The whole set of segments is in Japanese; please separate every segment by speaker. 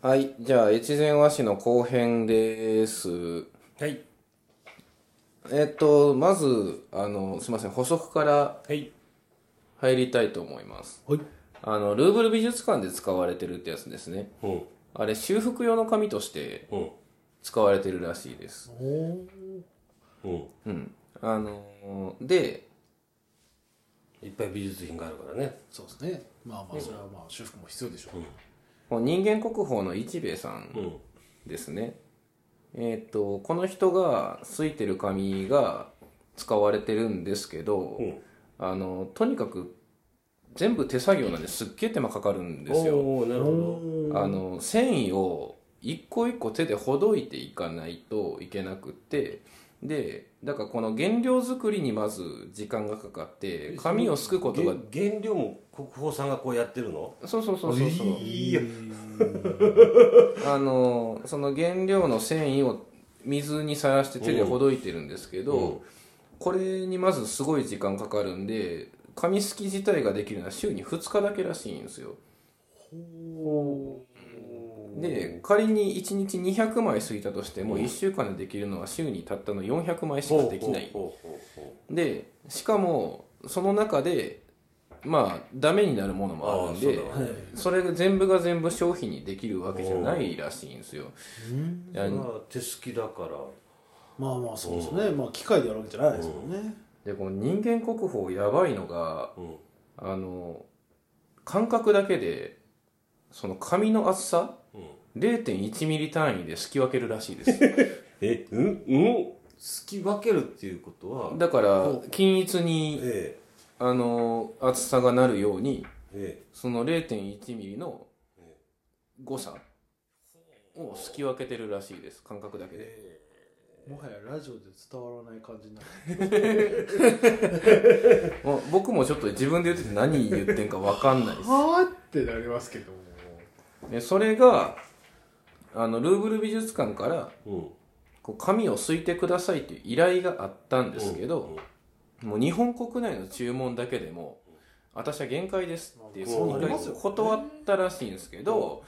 Speaker 1: はい、じゃあ、越前和紙の後編です。
Speaker 2: はい
Speaker 1: えっと、まず、あの、すいません、補足から
Speaker 2: はい
Speaker 1: 入りたいと思います。
Speaker 2: はい
Speaker 1: あの、ルーブル美術館で使われてるってやつですね。
Speaker 2: うん
Speaker 1: あれ、修復用の紙として
Speaker 2: うん
Speaker 1: 使われてるらしいです。
Speaker 2: うん
Speaker 1: うん。あの、で、
Speaker 2: いっぱい美術品があるからね
Speaker 3: そうですねまあまあそれはまあ修復も必要でしょう、
Speaker 1: この人間国宝の一兵衛さん
Speaker 2: ん
Speaker 1: ですね。えっと、この人がついてる紙が使われてるんですけど、
Speaker 2: うん
Speaker 1: あのとにかく全部手作業なんですっげえ手間かかるんですよ
Speaker 2: おおなるほ
Speaker 1: あの繊維を一個一個手でほどいていかないといけなくってでだからこの原料作りにまず時間がかかって紙をすくこ
Speaker 2: ど
Speaker 1: とが
Speaker 2: げ原料も国宝さんがこうやってるの
Speaker 1: そうそうそうそうそう
Speaker 2: いや
Speaker 1: あのその原料の繊維を水にさらして手でほどいてるんですけど、
Speaker 2: うん
Speaker 1: これにまずすごい時間かかるんで紙すき自体ができるのは週に2日だけらしいんですよで仮に1日200枚すいたとしても1週間でできるのは週にたったの400枚しかできない
Speaker 2: ほうほうほうほ
Speaker 1: でしかもその中でまあダメになるものもあるんで
Speaker 2: ああそうだね
Speaker 1: それが全部が全部商品にできるわけじゃないらしいんですよ
Speaker 2: う
Speaker 1: いや
Speaker 2: それは手すきだから
Speaker 3: まあまあそうですね、まあ機械でやるわけじゃないですもんね、
Speaker 1: でこの人間国宝やばいのが
Speaker 2: うん
Speaker 1: あの感覚だけでその紙の厚さ
Speaker 2: うん
Speaker 1: 0.1ミリ単位ですき分けるらしいです
Speaker 2: えうんうんすき分けるっていうことは
Speaker 1: だから
Speaker 3: ほ
Speaker 1: 均一に
Speaker 2: え
Speaker 1: あの厚さがなるように
Speaker 2: ええ
Speaker 1: その0.1ミリの誤差をすき分けてるらしいです感覚だけで
Speaker 3: もはやラジオで伝わらない感じになる
Speaker 1: もう僕もちょっと自分で言ってて何言ってんか分かんないです
Speaker 3: はあってなりますけども
Speaker 1: でそれがあのルーブル美術館から
Speaker 2: えうん
Speaker 1: こう紙をすいてくださいっていう依頼があったんですけど、もう日本国内の注文だけでも私は限界ですっていう
Speaker 2: そうなり
Speaker 1: 一
Speaker 2: ます
Speaker 3: よ
Speaker 1: 回断ったらしいんですけど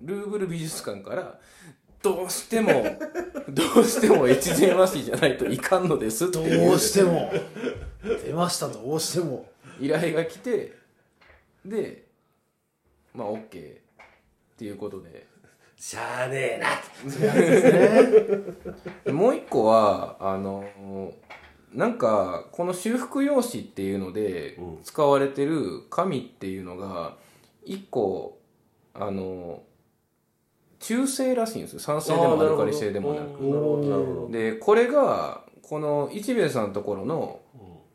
Speaker 1: ルーブル美術館からどうして もどうしても越前和紙じゃないといかんのですって
Speaker 3: ど
Speaker 1: いう
Speaker 3: うしても出ましたどうしても
Speaker 1: 依頼が来てでまあ OK っていうことで
Speaker 2: しゃあねえな
Speaker 1: もう一個はあのなんかこの修復用紙っていうので
Speaker 2: うん
Speaker 1: 使われてる紙っていうのが一個あの中性らしいんですよ酸性でもアルカリ性でもな
Speaker 2: なる
Speaker 1: く
Speaker 2: ほどなるほど
Speaker 1: でこれがこの一兵衛さんのところの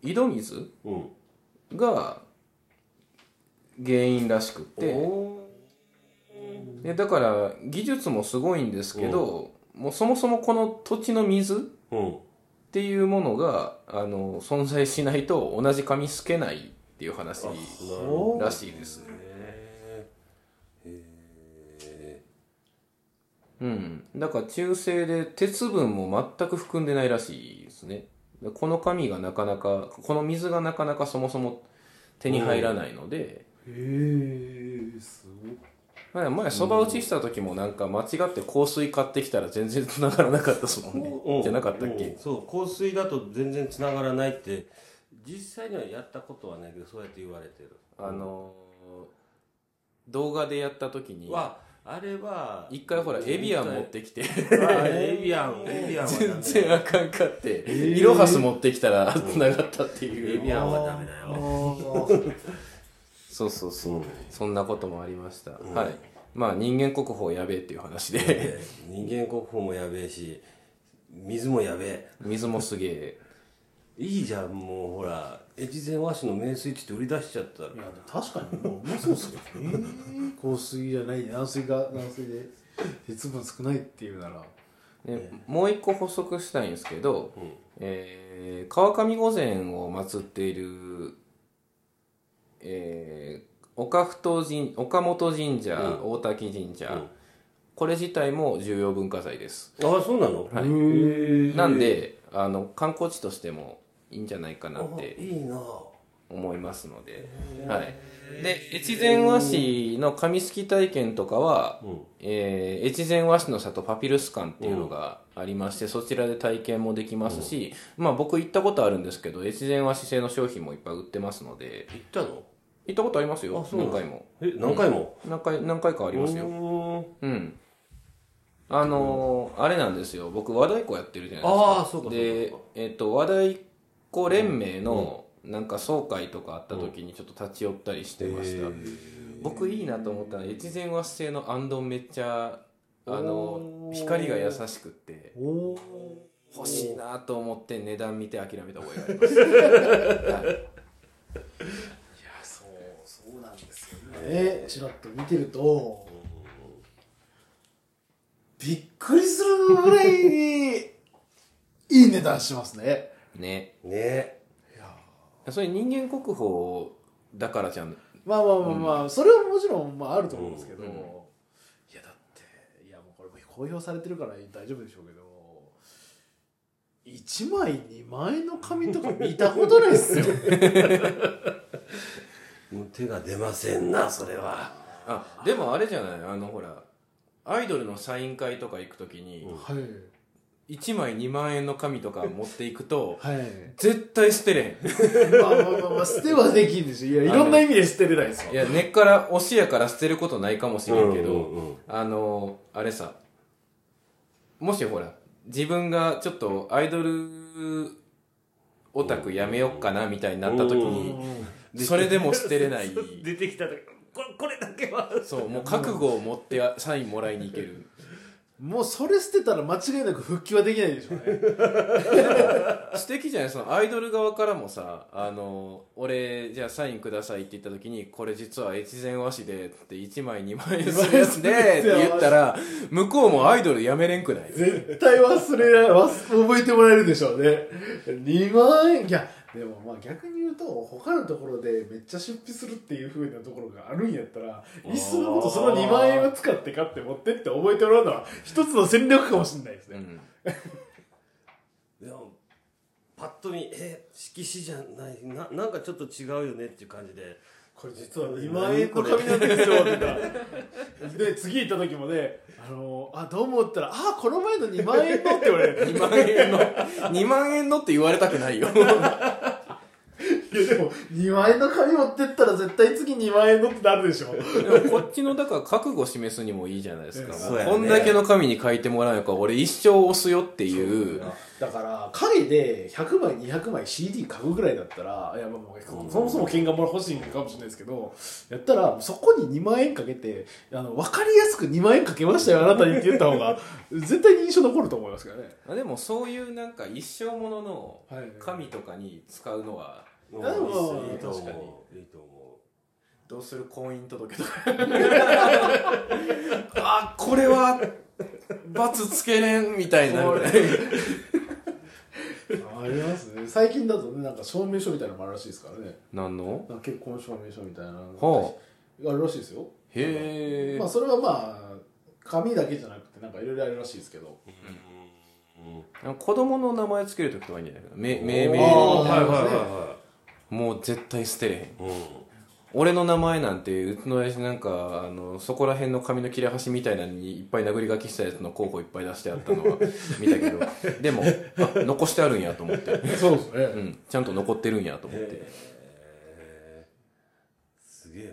Speaker 1: 井戸水
Speaker 2: うん
Speaker 1: が原因らしくって
Speaker 2: お
Speaker 1: でだから技術もすごいんですけど、もうそもそもこの土地の水
Speaker 2: ーうん
Speaker 1: っていうものがあの存在しないと同じ紙すけないっていう話
Speaker 2: なるほ
Speaker 3: お
Speaker 1: らしいです
Speaker 2: どねへ
Speaker 1: うんだから中性で鉄分も全く含んでないらしいですねでこの紙がなかなかこの水がなかなかそもそも手に入らないので、
Speaker 3: えー、す
Speaker 1: まあ前そば打ちした時もなんか間違って香水買ってきたら全然繋がらなかったですもん
Speaker 2: ー
Speaker 1: ねじゃなかったっ
Speaker 2: う
Speaker 1: け
Speaker 2: んそう香水だと全然つながらないって実際にはやったことはないけどそうやって言われてる
Speaker 1: あのー動画でやった時に
Speaker 2: はあれは
Speaker 1: 一回ほらエビアン持ってきて
Speaker 2: あエビアンエビアンはダメ
Speaker 1: 全然あかんかって、イロハス持ってきたら繋がったって
Speaker 2: エ
Speaker 1: い
Speaker 2: ビ
Speaker 1: う
Speaker 2: アンはダメだよ
Speaker 3: ごい
Speaker 1: そうそうそう、
Speaker 2: うん
Speaker 1: そんなこともありました、はいまあ人間国宝やべえっていう話で
Speaker 2: 人間国宝もやべえし水もやべえ
Speaker 1: 水もすげえ
Speaker 2: いいじゃんもうほら越前和紙の名水地って売り出しちゃったら
Speaker 3: いや確かにもうもうそうっすよね、香水じゃない軟水が軟水で鉄分少ないっていうなら
Speaker 1: でもう一個補足したいんですけど、えー川上御前を祀っている、えー岡太神岡本神社、大滝神社、
Speaker 2: うん
Speaker 1: これ自体も重要文化財です
Speaker 2: ああそうなの、
Speaker 1: はい
Speaker 3: へえ
Speaker 1: なんで、あの観光地としてもいいんじゃないかなっ
Speaker 2: あ
Speaker 1: て
Speaker 2: いいな
Speaker 1: 思思いますので、はい、で越前和紙の紙すき体験とかは、
Speaker 2: うん
Speaker 1: えー越前和紙の里パピルス館っていうのがありまして、そちらで体験もできますし、まあ僕行ったことあるんですけど越前和紙製の商品もいっぱい売ってますので
Speaker 2: 行ったの
Speaker 1: 行ったことありますよ
Speaker 2: あそうな
Speaker 1: 何
Speaker 2: ん
Speaker 1: 回も
Speaker 2: え何回も、
Speaker 1: 何回何回かあ
Speaker 2: あ
Speaker 1: りますよ
Speaker 2: よ
Speaker 1: うんあのーあれなんですよ僕和太鼓やってるじゃないですか
Speaker 2: あーそうかそうか
Speaker 1: で
Speaker 2: そうか
Speaker 1: えっと和太鼓連盟のなんか総会とかあった時にちょっと立ち寄ったりしてました、僕いいなと思ったのは越前和紙製のアンドンめっちゃあの
Speaker 3: おー
Speaker 1: 光が優しくって
Speaker 3: おお
Speaker 1: 欲しいなと思って値段見て諦めた覚えがあります
Speaker 3: そうそうなんですよねちらっと見てるとびっくりするぐらいにいい値段しますね
Speaker 1: ね
Speaker 2: ね
Speaker 1: それ人間国宝だからじゃん
Speaker 3: まあまあまあまあ、それはもちろんまああると思うんですけど、
Speaker 1: うんうん
Speaker 3: いやだっていやもうこれも公表されてるから大丈夫でしょうけど1枚2枚の紙とか見たことないっすよ
Speaker 2: もう手が出ませんなそれは
Speaker 1: あでもあれじゃないあのほらアイドルのサイン会とか行く時に
Speaker 3: はい
Speaker 1: 1枚2万円の紙とか持っていくと
Speaker 3: はい
Speaker 1: 絶対捨てれん
Speaker 3: まあまあまあ、まあ、捨てはできんでしょいやいろんな意味で捨てれないですよ
Speaker 1: いや根っから推しやから捨てることないかもしれんけど、
Speaker 2: うんうんうん
Speaker 1: あのあれさもしほら自分がちょっとアイドルオタクやめよっかなみたいになった時
Speaker 3: う
Speaker 1: に
Speaker 3: ん
Speaker 1: それでも捨てれない
Speaker 2: 出てきた時これこれだけは
Speaker 1: そうもう覚悟を持ってサインもらいに行ける
Speaker 3: もうそれ捨てたら間違いなく復帰はできないでしょうね
Speaker 1: 素敵じゃないそのアイドル側からもさ「あの俺じゃあサインください」って言った時に「これ実は越前和紙で」って1枚2万円するやつでって言ったら向こうもアイドルやめれんくない
Speaker 3: 絶対忘れない忘覚えてもらえるでしょうね2万円いやでもまあ逆に言うと他のところでめっちゃ出費するっていうふうなところがあるんやったらいっそのことその2万円を使って買って持ってって覚えてもらうのは一つの戦略かもしれないです
Speaker 1: う
Speaker 3: ね、
Speaker 1: ん
Speaker 2: でもパッと見え色紙じゃないななんかちょっと違うよねっていう感じで
Speaker 3: これ実は2万円の紙なんですよ とかで次行った時もねあのあどう思ったらあこの前の2万円のって言われる
Speaker 1: 2万円の2万円のって言われたくないよ
Speaker 3: いやでも2万円の紙持ってったら絶対次2万円のってなるでしょ
Speaker 1: でもこっちのだから覚悟示すにもいいじゃないですか、
Speaker 3: うん
Speaker 2: そうやね
Speaker 1: こんだけの紙に書いてもらうのか俺一生押すよっていう
Speaker 3: だから影で100枚200枚 CD 買うぐらいだったらいやまあまあそそもそも剣がもら欲しいのかもしれないですけどやったらそこに2万円かけてあの分かりやすく2万円かけましたよあなたにって言った方が 絶対に印象残ると思いますからね。
Speaker 1: でもそういうなんか一生ものの
Speaker 3: はい
Speaker 1: 紙とかに使うのは
Speaker 2: うん
Speaker 3: でも
Speaker 2: いいと
Speaker 1: 確かに
Speaker 2: 思ういいと思
Speaker 1: どうする婚姻届とか あこれは罰つけれんみたいになる
Speaker 3: ありますね最近だとねなんか証明書みたいなのもあるらしいですからね
Speaker 1: なんの
Speaker 3: なんか結婚証明書みたいなのが
Speaker 1: はあ
Speaker 3: あるらしいですよ。
Speaker 1: へえ、
Speaker 3: まあそれはまあ紙だけじゃなくてなんかいろいろあるらしいですけど。
Speaker 2: う
Speaker 1: 子供の名前つけるときとかいいんじゃないかなめ命名
Speaker 2: うん
Speaker 1: み
Speaker 2: ああ
Speaker 1: たい
Speaker 2: はい
Speaker 1: な
Speaker 2: はいは
Speaker 1: もう絶対捨てれへん
Speaker 2: いはい
Speaker 1: 俺の名前なんてうちの親父なんかあのそこら辺の紙の切れ端みたいなのにいっぱい殴り書きしたやつの候補いっぱい出してあったの は見たけどでもあ残してあるんやと思って、
Speaker 3: そうですね。
Speaker 1: うん、ちゃんと残ってるんやと思って
Speaker 2: えーすげえな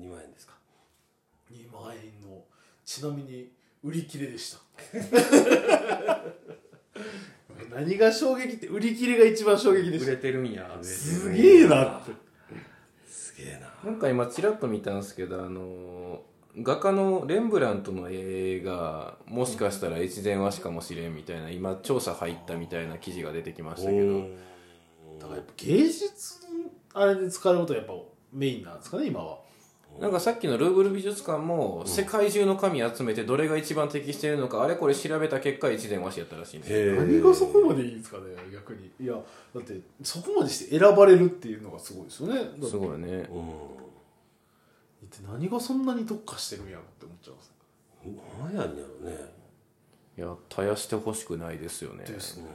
Speaker 2: 2万円ですか
Speaker 3: 2万円のちなみに売り切れでした 何が衝撃って売り切れが一番衝撃でした
Speaker 1: てるんや
Speaker 3: すげえなって
Speaker 2: すげえな
Speaker 1: なんか今ちらっと見たんですけどあの画家のレンブラントの絵がもしかしたら越前和紙かもしれんみたいな今調査入ったみたいな記事が出てきましたけど
Speaker 3: だからやっぱ芸術のあれで使うことがやっぱメインなんですかね今は
Speaker 1: なんかさっきのルーブル美術館も世界中の紙集めてどれが一番適しているのかあれこれ調べた結果越前和紙やったらしいんです
Speaker 3: 何がそこまでいいんですかね逆にいやだってそこまでして選ばれるっていうのがすごいですよねだって
Speaker 1: すごいね
Speaker 2: うん
Speaker 3: 一体何がそんなに特化してるんやろって思っちゃいます
Speaker 2: 何やんやろね
Speaker 1: いや絶やしてほしくないですよね
Speaker 3: ですね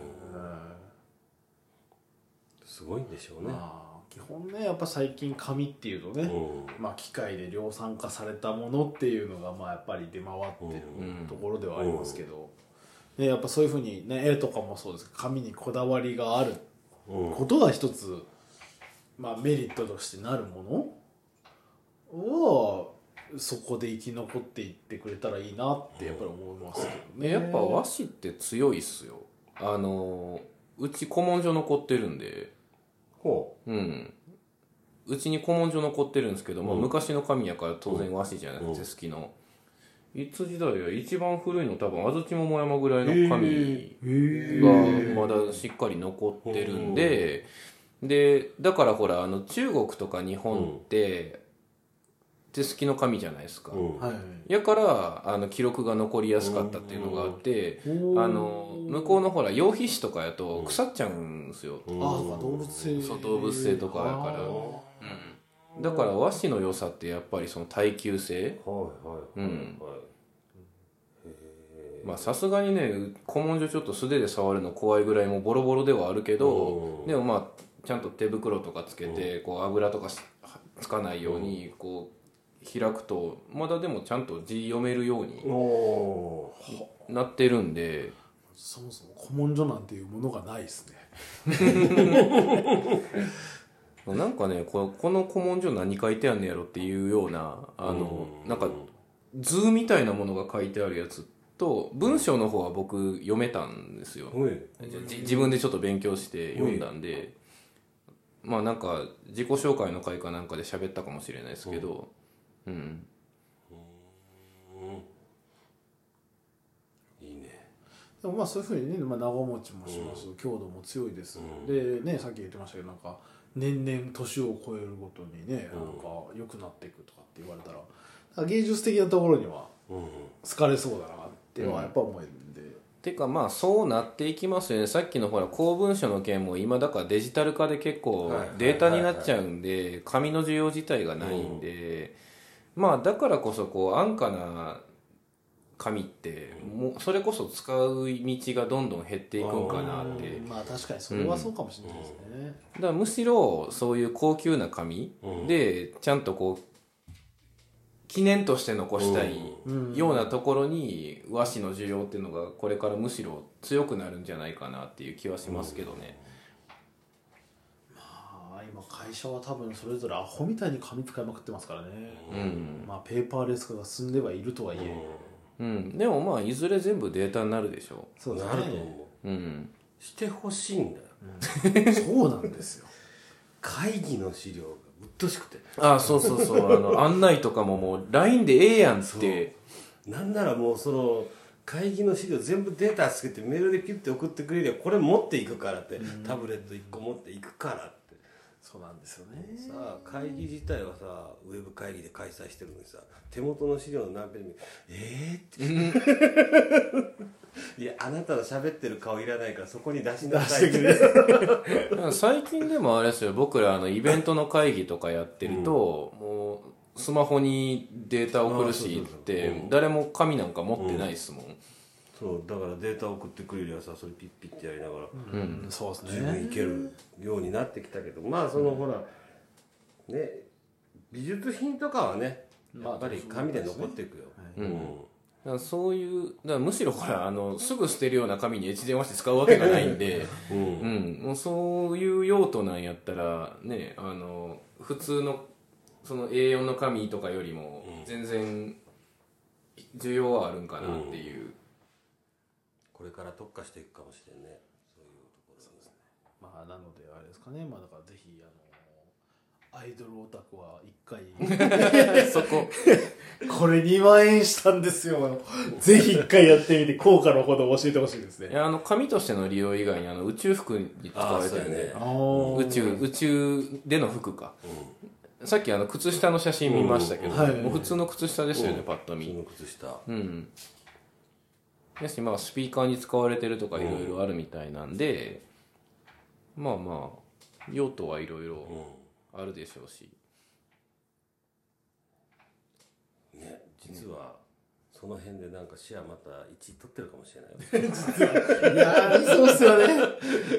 Speaker 2: すごいんでしょうね、
Speaker 3: まあ基本ねやっぱ最近紙っていうと
Speaker 2: う
Speaker 3: ね、
Speaker 2: ん、
Speaker 3: まあ、機械で量産化されたものっていうのがまあやっぱり出回ってる
Speaker 1: うん
Speaker 3: ところではありますけど、ね、やっぱそういうふうに、ね、絵とかもそうですけど紙にこだわりがある
Speaker 2: うん
Speaker 3: ことが一つ、まあ、メリットとしてなるものはそこで生き残っていってくれたらいいなってやっぱり思いますけどね。
Speaker 1: やっぱ和紙って強いっすよあのうち古文書残ってるんで
Speaker 2: ほ
Speaker 1: うんうちに古文書残ってるんですけど、まあ、
Speaker 2: うん
Speaker 1: 昔の紙やから当然和紙じゃなくて好きの、いつ時代は一番古いの多分安土桃山ぐらいの紙がまだしっかり残ってるんで、でだからほらあの中国とか日本って手すきの紙じゃないですか、
Speaker 2: う、うん
Speaker 3: はい
Speaker 1: やからあの記録が残りやすかったっていうのがあって、あの向こうのほら羊皮紙とかやと腐っちゃうんですよ、
Speaker 2: うん
Speaker 3: あそうか動物性
Speaker 1: そう動物性とかやから
Speaker 3: あ
Speaker 1: うんだから和紙の良さってやっぱりその耐久性
Speaker 2: はいはいはい、
Speaker 1: うん
Speaker 2: はい
Speaker 1: まあさすがにね古文書ちょっと素手で触るの怖いぐらいもうボロボロではあるけど
Speaker 2: うん
Speaker 1: でもまあちゃんと手袋とかつけてこう油とかしつかないようにこう開くとまだでもちゃんと字読めるように
Speaker 2: お
Speaker 1: なってるんで
Speaker 3: そもそも古文書なんていうものがないですね。
Speaker 1: なんかねここの古文書何書いてあんねやろっていうようなあのなんか図みたいなものが書いてあるやつと文章の方は僕読めたんですよ。
Speaker 2: ほい
Speaker 1: じゃあじ自分でちょっと勉強して読んだんで、まあなんか自己紹介の回かなんかで喋ったかもしれないですけど、うん、
Speaker 2: いいね
Speaker 3: でもまあそういうふうにね、まあ、長持ちもします、強度も強いです、でねさっき言ってましたけどなんか年々年を超えるごとにね、なんか良くなっていくとかって言われたらだから芸術的なところには
Speaker 2: うん
Speaker 3: 好かれそうだなってはやっぱ思えるんで、
Speaker 1: てかまあそうなっていきますよねさっきのほら公文書の件も今だからデジタル化で結構
Speaker 2: はい
Speaker 1: データになっちゃうんで紙の需要自体がないんで、まあだからこそこう安価な紙ってもうそれこそ使う道がどんどん減っていくんかなって
Speaker 3: うんまあ確かにそれはそうかもしれないですね、
Speaker 1: だからむしろそういう高級な紙でちゃんとこう記念として残したい
Speaker 3: うん
Speaker 1: ようなところに和紙の需要っていうのがこれからむしろ強くなるんじゃないかなっていう気はしますけどね。
Speaker 3: ああ今会社は多分それぞれアホみたいに紙使いまくってますからね、
Speaker 1: うん、
Speaker 3: まあペーパーレス化が進んではいるとはいえ、
Speaker 1: うん、でもまあいずれ全部データになるでしょ
Speaker 3: そうです
Speaker 2: なると
Speaker 3: ね
Speaker 2: 思
Speaker 1: う。うん、
Speaker 2: うしてほしいんだよ
Speaker 3: そうなんですよ
Speaker 2: 会議の資料がうっとしくて
Speaker 1: ああそうそうそうあ の案内とかももう LINE でええやんって
Speaker 2: なんならもうその会議の資料全部データつけてメールでピュッて送ってくれりゃこれ持っていくからってタブレット1個持っていくからって
Speaker 3: そうなんですよね
Speaker 2: さあ会議自体はさウェブ会議で開催してるのにさ手元の資料の何ページもえー、 っていやあなたの喋ってる顔いらないからそこに出しなさいって
Speaker 1: 最近でもあれですよ僕らあのイベントの会議とかやってると、もうスマホにデータ送るしっ
Speaker 2: ああそうそう
Speaker 1: て
Speaker 2: そううん
Speaker 1: 誰も紙なんか持ってないですもん、
Speaker 2: そうだからデータ送ってくれりゃさそれピッピッてやりながら
Speaker 3: うん、そうですね
Speaker 2: 十分いけるようになってきたけどまあそのほらね美術品とかはねやっぱり紙で残っていくようん
Speaker 1: だからそういうだからむしろほらあのすぐ捨てるような紙に越前和紙使うわけがないんで、
Speaker 2: うん
Speaker 1: うん、もうそういう用途なんやったらねあの普通のその A4 の紙とかよりも全然需要はあるんかなっていう、
Speaker 2: これから特化していくかもしれんねそういうところですね
Speaker 3: まあなのであれですかねまあだからぜひあのアイドルオタクは一回
Speaker 1: そこ
Speaker 3: これ2万円したんですよぜひ一回やってみて効果のほどを教えてほしいです
Speaker 1: い
Speaker 3: ね
Speaker 1: やあの紙としての利用以外にあの宇宙服に使われてるんで、
Speaker 2: あ
Speaker 3: あ
Speaker 1: 宇宙宇宙での服か、さっきあの靴下の写真見ましたけど、
Speaker 3: うんはい
Speaker 1: もう普通の靴下でしたよね、
Speaker 2: うん
Speaker 1: パッと
Speaker 2: 普通
Speaker 1: 見
Speaker 2: の靴下
Speaker 1: うんやしまあスピーカーに使われてるとかいろいろあるみたいなんで、まあまあ用途はいろいろあるでしょうし、
Speaker 2: ね実は、その辺でなんかシェアまた1位取ってるかもしれないよ
Speaker 3: いやー、そうっすよね。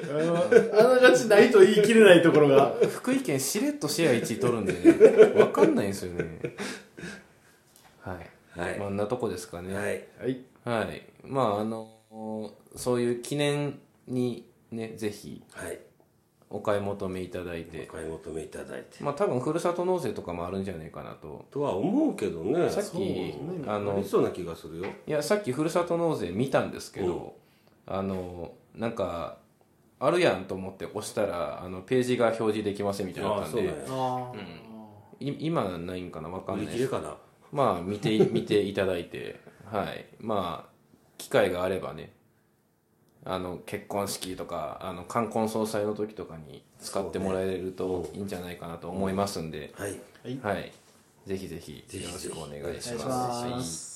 Speaker 3: あのあながちないと言い切れないところが。
Speaker 1: 福井県しれっとシェア1位取るんでね 分かんないんですよねはい、
Speaker 2: はい
Speaker 1: まあ、あんなとこですかね
Speaker 2: はい
Speaker 3: はい。
Speaker 1: はい、まああのそういう記念にねぜひ
Speaker 2: はい
Speaker 1: お買い求めいただいて
Speaker 2: お買い求めいただいて
Speaker 1: まあ多分ふるさと納税とかもあるんじゃないかなと
Speaker 2: とは思うけどね
Speaker 1: さっ
Speaker 3: そうで
Speaker 1: き
Speaker 3: すね
Speaker 1: あ
Speaker 2: あ
Speaker 1: の
Speaker 2: りそうな気がするよ
Speaker 1: いやさっきふるさと納税見たんですけど、あのなんかあるやんと思って押したらあのページが表示できませんみたいになっ
Speaker 2: ああ
Speaker 1: たん
Speaker 2: そう
Speaker 1: で
Speaker 2: なんや
Speaker 3: ああ。
Speaker 1: い今ないんかなわかん
Speaker 2: 売
Speaker 1: な
Speaker 2: り
Speaker 1: いで
Speaker 2: 切
Speaker 1: す
Speaker 2: れかな
Speaker 1: まあ見 て見ていただいてはいまあ機会があればねあの結婚式とかあの冠婚葬祭の時とかに使ってもらえるといいんじゃないかなと思いますんで、
Speaker 2: はい
Speaker 3: うん
Speaker 1: はいぜひぜひよろしくお願いし
Speaker 3: お願いし
Speaker 1: ます。
Speaker 3: ます。